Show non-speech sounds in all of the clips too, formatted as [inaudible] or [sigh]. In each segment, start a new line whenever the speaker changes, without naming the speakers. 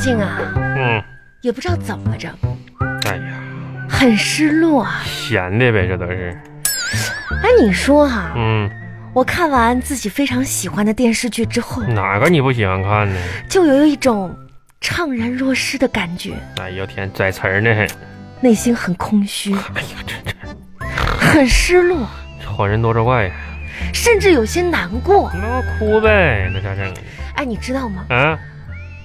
近啊，
哦嗯，
也不知道怎么着，
哎呀，
很失落啊。
闲的呗，这都是。
哎，你说哈、
嗯，
我看完自己非常喜欢的电视剧之后，
哪个你不喜欢看呢？
就有一种怅然若失的感觉，
哎呦天，拽词儿呢还。
内心很空
[laughs]
虚，
哎呀，这这
很失落，
这好人多作怪呀。
甚至有些难过。
那哭呗，那咋整
哎，你知道吗？
啊？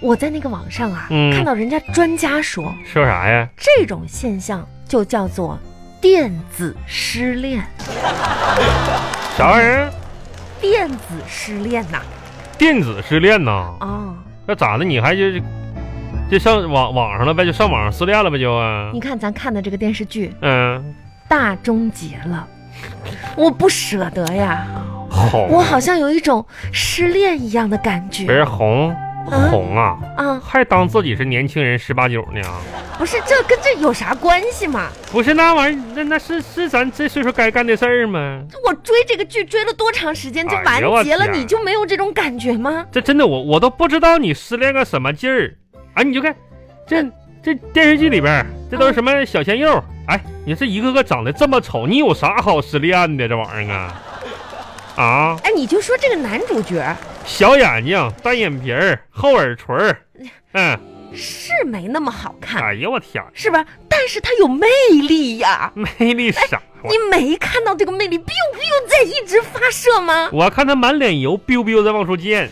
我在那个网上啊，
嗯
看到人家专家说，
说啥呀？
这种现象就叫做电子失恋。
啥玩意儿？
电子失恋呐、
电子失恋呐？
啊，
那咋的？你还就就上网网上了呗？就上网上失恋了呗？就啊？
你看咱看的这个电视剧
嗯，
大终结了，我不舍得呀，
好。
我好像有一种失恋一样的感
别
觉
人红
嗯
红啊，
啊！
还当自己是年轻人十八九呢？
不是，这跟这有啥关系嘛？
不是那玩意儿，那那是是咱这岁数该干的事儿吗？
我追这个剧追了多长时间就
哎
完
呦我
结了，
天
你就没有这种感觉吗？
这真的我我都不知道你失恋个什么劲儿啊！你就看这这电视剧里边儿，这都是什么小鲜肉？哎，你这一个个长得这么丑，你有啥好失恋的这玩意儿啊？啊，
哎，你就说这个男主角
小眼睛、单眼皮儿、厚耳垂儿，嗯，
是没那么好看，
哎呦我天儿，
是吧？但是他有魅力呀，
魅力啥？我
你没看到这个魅力 biu biu 在一直发射吗？
我看他满脸油，biu biu 在往出溅。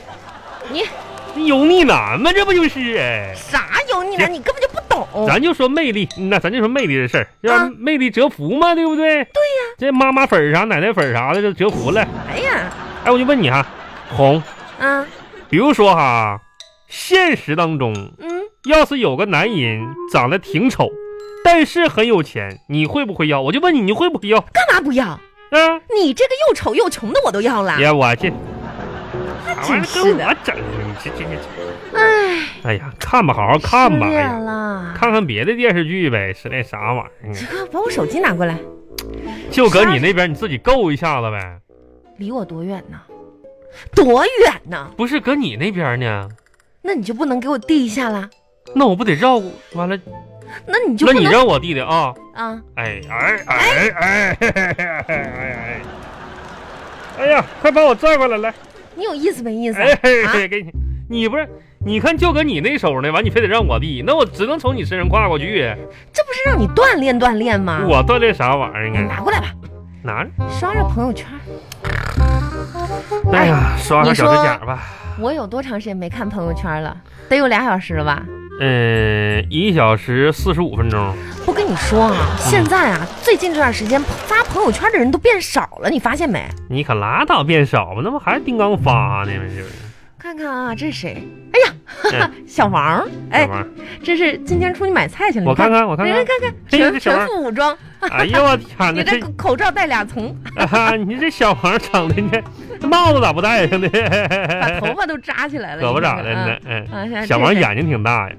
你
油腻男吗？这不就是哎？
啥油腻男？你根本就不懂。
咱就说魅力，那咱就说魅力的事儿，让魅力折服嘛，对不对？对呀、这妈妈粉儿啥、奶奶粉儿啥的，就折服了。
哎呀，
哎，我就问你哈，红，
啊，
比如说哈，现实当中
嗯，
要是有个男人长得挺丑，但是很有钱，你会不会要？我就问你，你会不会要？
干嘛不要？
啊，
你这个又丑又穷的我都要了。
呀，我这，啥玩
真
意儿
是
跟
的
我整的？你这这这，
哎，
哎呀，看吧，好好看吧。
失
哎呀
恋了。
看看别的电视剧呗，失恋啥玩意儿？啊
这把我手机拿过来，
就搁你那边你自己够一下子呗，
离我多远呢？多远呢？
不是搁你那边呢？
那你就不能给我递一下啦？
那我不得绕过？完了，
那你就
那
不
你
能
让我弟弟啊？
啊？
哎哎哎哎哎哎哎！哎呀，快把我拽过来来！
你有意思没意思啊？
哎嘿
啊
嘿，给你，你不是你看就搁你那手呢，完你非得让我弟，那我只能从你身上跨过
啊
去。
这不是让你锻炼锻炼吗？
我锻炼啥玩意
你
儿啊？
拿过来吧，
拿着。
刷刷朋友圈。
哎呀，刷刷小指甲吧。
我有多长时间没看朋友圈了？得有俩小时了吧？
嗯，一小时四十五分钟。
我跟你说啊，现在啊，最近这段时间发朋友圈的人都变少了，你发现没？
你可拉倒，变少吧，那不还是丁刚发呢吗？这不是？
看看啊，这是谁？哎呀， [laughs] 哈哈，小王，哎 [laughs]
小，王，
这是今天出去买菜去了。
我看
看，
看，我看
你
看
看，看看，
这
全
是小王
全副武装，
哎呦我天
你
哪，
这
这
口罩戴俩层，
啊，你这小王长得这这帽子咋不戴上呢？ [laughs]
把头发都扎起来了，
可不
你
咋的
看看
呢
啊，
嗯，
啊这是
小王眼睛挺大呀。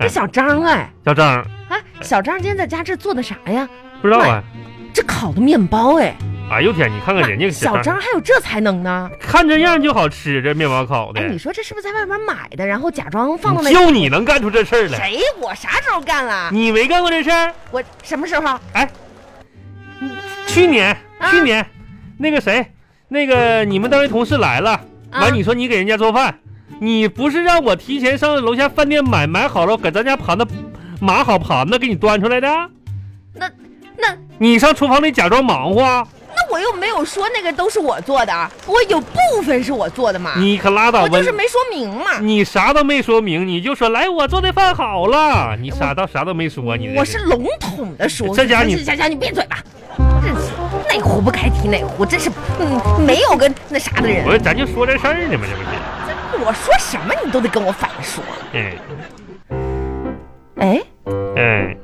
这小张哎，
小张
哎，小张今天在家这做的啥呀？
不知道啊？
这烤的面包哎，啊
哎呦天，你看看人家
小
张，
张还有这才能呢。
看这样就好吃，这面包烤的
哎，，你说这是不是在外面买的，然后假装放到那？
就你能干出这事儿来，
谁？我啥时候干了？
你没干过这事儿？
我什么时候？
去年，
啊
去年，那个谁，那个你们单位同事来了，
啊
完你说你给人家做饭，你不是让我提前上楼下饭店买买好了，搁咱家盘子码好盘子给你端出来的？
那那
你上厨房里假装忙活，
那我又没有说那个都是我做的，啊我有部分是我做的嘛，
你可拉倒
我
吧
就！是没说明 [laughs] 嘛。
你啥都没说明，你就说来我做的饭好了，你啥到啥都没说，你这
哎我是笼统的说，
这家你
佳佳，你闭嘴吧！真是哪壶不开提哪壶，真是嗯，没有个那啥的人
不。是咱就说这事儿呢嘛，这不是？
我说什么你都得跟我反说。
哎
哎，
哎，
哎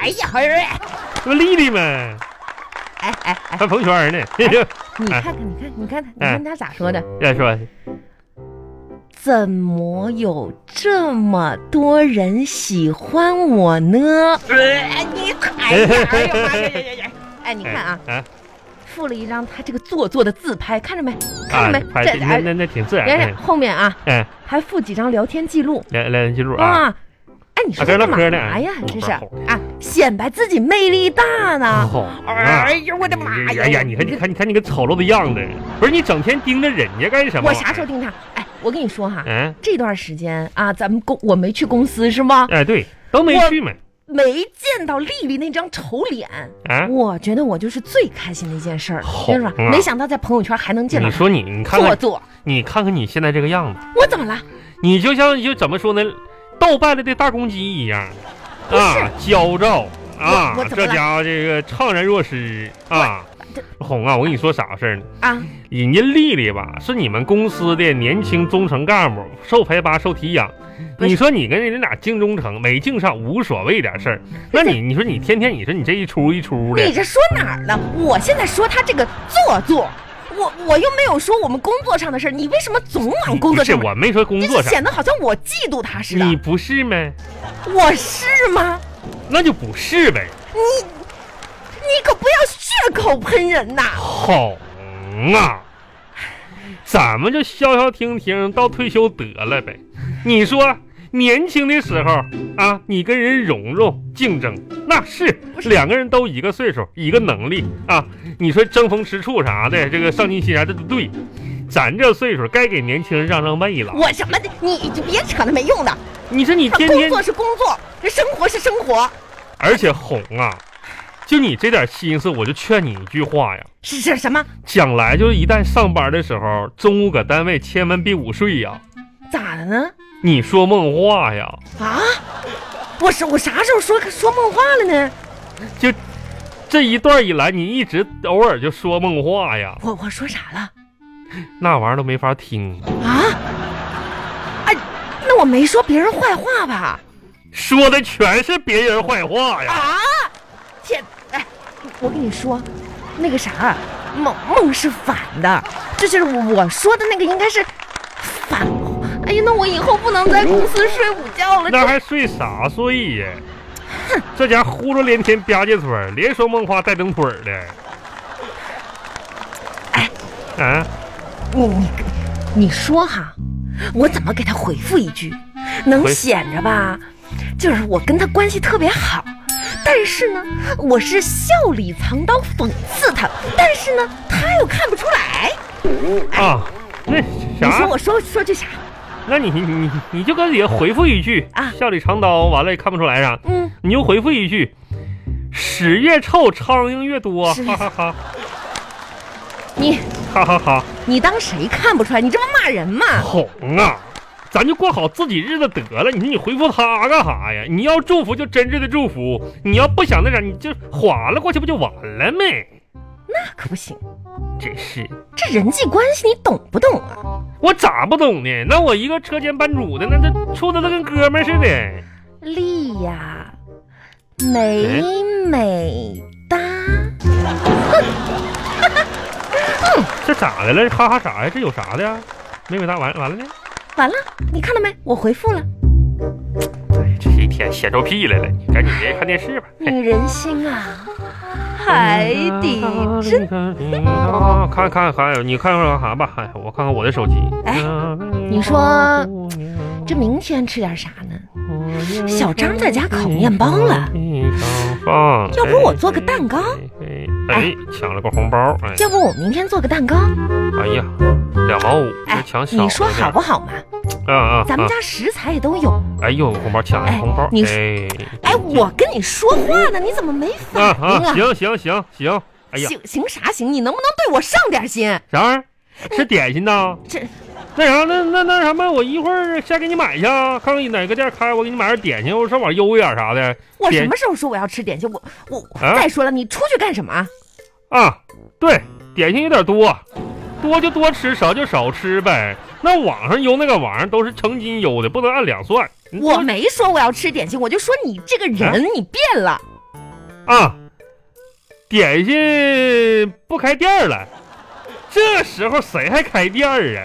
哎呀，
这不丽丽吗？
哎哎哎，
还朋友圈呢，
你看看，你看，你看他，你看他咋说的？
再说
怎么有这么多人喜欢我呢？哎，你哎呀，哎呀妈呀呀呀！哎，你看啊，
啊，
附了一张他这个做作的自拍，看着没？
啊
看着没？，
拍
这
那
哎，
那那挺自然
别别
的，
后面啊，
嗯，
还附几张聊天记录
来来人记录啊，
啊。哎，你说
啊跟
这
人唠嗑呢
嘛呀？这是
哎
啊，显摆自己魅力大呢。
哦啊
哎呦，我的妈呀！
哎呀，你看你看你看你个丑陋的样子，不是你整天盯着人家干什么？
我啥时候？盯他？哎，我跟你说哈，
嗯，
这段时间啊，咱们公我没去公司是吗？
哎对，都没去嘛，
没见到丽丽那张丑脸，
啊，
我觉得我就是最开心的一件事儿，
好
就是吧
啊
没想到在朋友圈还能见到
你说你你看
做
看
作，
你看看你现在这个样子，
我怎么了？
你就像就怎么说呢，斗败了的大公鸡一样，啊，焦躁啊
我我，怎么
这
了
家伙这个怅然若失啊。红啊，我跟你说啥事儿呢？
啊，
人家丽丽吧，是你们公司的年轻中层干部，受培拔，受提养。
不是
你说你跟人家俩竞中层，没竞上无所谓点事儿。那你你说你天天你说你这一出一出的
你，这说哪儿了？我现在说他这个做作，我我又没有说我们工作上的事儿，你为什么总往工
不
作
是
上面？
我没说工
这
作
就
上，
显得好像我嫉妒他似
你
的，
不是呗？
我是吗？
那就不是呗。
你可不要血口喷人呐！
好啊，咱们就消消停停到退休得了呗。你说年轻的时候啊，你跟人蓉蓉竞争，那是两个人都一个岁数，一个能力啊。你说争风吃醋啥的，这个上进心啥的都对。咱这岁数该给年轻人让让位了。
我什么的，你就别扯那没用的。
你说你天
工
天，
作是工作，生活是生活，
而且哄啊，就你这点心思，我就劝你一句话呀。
是是什么？
将来就是一旦上班的时候，中午搁单位千万别午睡呀、
咋的呢？
你说梦话呀？
啊？我是我啥时候说说梦话了呢？
这一段以来，你一直偶尔就说梦话呀，
我我说啥了
那玩意儿都没法听。
啊？哎，那我没说别人坏话吧？
说的全是别人坏话呀！
啊！天，哎，我跟你说，那个啥，梦梦是反的，就是我说的那个应该是反。哎呀，那我以后不能在公司睡午觉了。
那
这
还睡啥睡呀？这家呼噜连天吧唧嘴儿，连说梦话带蹬腿儿的。
哎
啊，
你你你说哈，我怎么给他回复一句，能
回
显着吧？就是我跟他关系特别好，但是呢，我是笑里藏刀讽刺他，但是呢，他又看不出来。
啊，那
你说
啥，
我说说句啥？
那你你你你就跟底下回复一句
啊
笑里藏刀，完了也看不出来啊啥，
嗯，
你就回复一句，屎越臭苍蝇越多，
是
哈哈哈
你
哈哈哈。
你当谁看不出来？你这不骂人吗？
哄啊，咱就过好自己日子得了。你说你回复他干啥呀？你要祝福就真挚的祝福，你要不想那啥，你就划拉过去不就完了没？
那可不行，
真是，
这人际关系你懂不懂啊？
我咋不懂呢？那我一个车间班主的，那这处的都跟哥们儿似的。
丽呀，美美哒，
这咋的了？哈哈啥呀？这有啥的呀？没给他完完了呢？
完了，你看到没？我回复了。
哎，这一天闲出屁来了，你赶紧别看电视吧。
女人心啊，海底针。
看看看，你看看干啥吧？哎，我看看我的手机。
哎，你说这明天吃点啥呢？小张在家烤面包了。要不我做个蛋糕
哎？哎，哎抢了个红包，哎，
要不我明天做个蛋糕？
哎呀，两毛五，
哎
这抢，少了点。
你说好不好嘛？
啊？啊啊！
咱们家食材也都有。
哎，又有个红包，抢了个红包
哎，你
哎，
哎，我跟你说话呢，你怎么没
啊
反应
啊，行行行行，哎呀，
行行啥行？你能不能对我上点心？
啥玩意儿？吃点心呢？
这
那啥，那那那什么，我一会儿下给你买去啊，看看哪个店开，我给你买点点心，我上网悠一点啥的。
我
点
什么时候说我要吃点心？我我
啊
再说了，你出去干什么啊？
啊，对，点心有点多，多就多吃，少就少吃呗。那网上邮那个玩意儿都是称斤邮的，不能按两算。你
我没说我要吃点心，我就说你这个人你变了。
啊，点心不开店儿了，这时候谁还开店儿啊？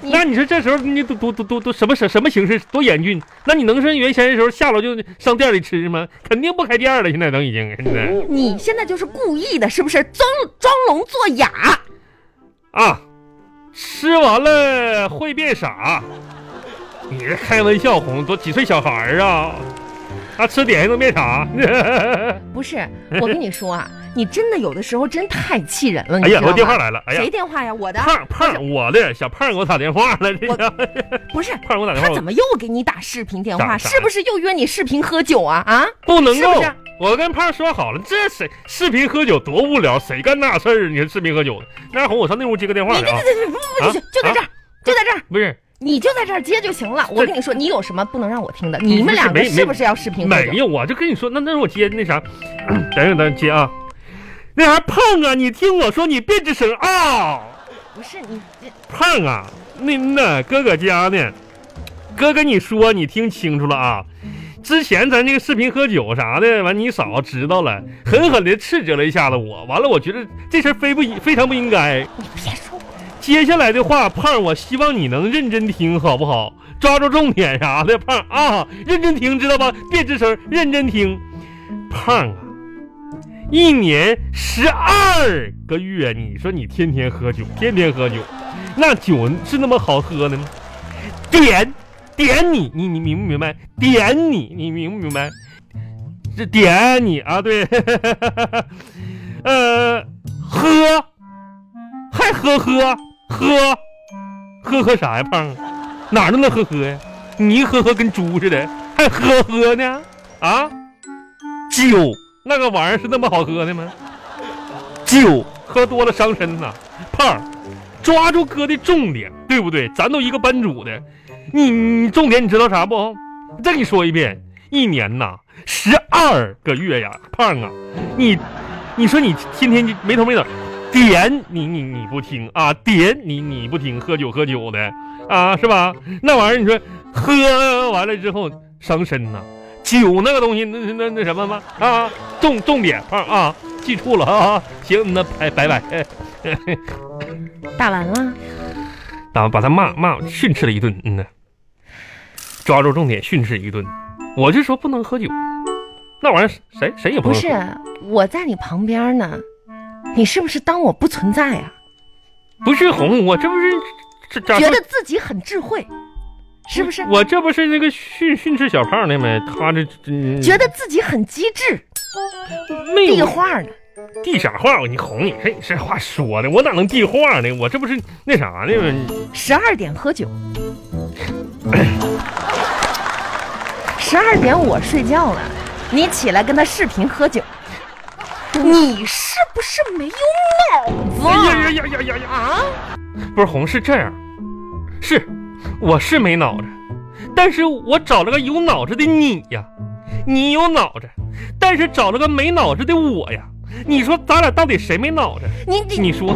你
那你说这时候你都都都都都什么什什么形势多严峻？那你能是原先的时候下楼就上店里吃吗？肯定不开店了，现在都已经现在
你现在就是故意的，是不是？装装聋作哑，
啊，吃完了会变傻。你这开玩笑，红多几岁小孩儿啊？啊，吃点心能变傻？
哎不是？我跟你说啊，你真的有的时候真太气人了。你
[laughs] 哎呀，
知道
我
吗
电话来了，哎呀
谁，电话呀？我的，
胖胖，我的小胖给我打电话了，这
我
家伙
不是。
胖给我打电
他
话，
怎么又给你打视频电话？
咋咋
是不是又约你视频喝酒啊？啊，
不能
是
够
不是。
我跟胖说好了，这谁视频喝酒多无聊，谁干那事儿？你看视频喝酒的，那红，我上那屋接个电话
你
来
这
啊
这！这不不不行，
啊
就在这儿，就在这儿，
不是，
你就在这儿接就行了。我跟你说，你有什么不能让我听的？你们两
没
个
没
是不是要视频喝
没
酒？
有，我就跟你说，那那是我接那啥，等等等接啊，那啥胖啊，你听我说，你别吱声啊，
不是你，你
胖啊，那那哥搁家呢，哥跟你说，你听清楚了啊。之前咱这个视频喝酒啥的，完你嫂知道了，狠狠的斥责了一下子我。完了，我觉得这事儿非不非常不应该。
你别说我，
接下来的话，胖，我希望你能认真听，好不好？抓住重点啥的，胖啊，认真听，知道吧？别吱声，认真听。胖啊，一年十二个月，你说你天天喝酒，天天喝酒，那酒是那么好喝的吗？点，点你，你你明不明白？点你，你明不明白？这点你啊，对， [laughs] 呃，喝。还喝喝喝，喝喝啥呀，胖？哪儿都能喝喝呀？你一喝喝跟猪似的，还喝喝呢？啊，酒那个玩意儿是那么好喝的吗？酒喝多了伤身呐，胖儿，抓住哥的重点，对不对？咱都一个班主的，你你重点你知道啥不？再给你说一遍，一年呐十二个月呀，胖啊，你你说你天天就没头没脑，点你你你不听啊，点你你不听，喝酒喝酒的啊，是吧？那玩意儿你说喝完了之后伤身呐、酒那个东西那那那那什么吗？啊，重重点胖啊，记住了啊，行，那拜拜拜，
打完了，
打把他骂骂训斥了一顿，嗯呐，抓住重点训斥一顿，我就说不能喝酒，那玩意儿谁谁也不
不
能喝
是我在你旁边呢，你是不是当我不存在啊？
不是红，我这不是啊这嗯咋
觉
说
得自己很智慧，是不是？
我这不是那个训训斥小胖的吗？他这嗯这
觉得自己很机智，
没
递
有
话呢？
递啥话？你哄你，这你这话说的，我哪能递话呢？我这不是那啥呢吗？
十二点喝
[coughs]
酒，十二点我睡觉了，你起来跟他视频喝酒，你是不是没有
嗯哎呀
脑
呀
子
呀呀呀呀！
啊？
不是红是这样，是我是没脑子，但是我找了个有脑子的你呀，你有脑子，但是找了个没脑子的我呀。你说咱俩到底谁没脑子？
你你
你说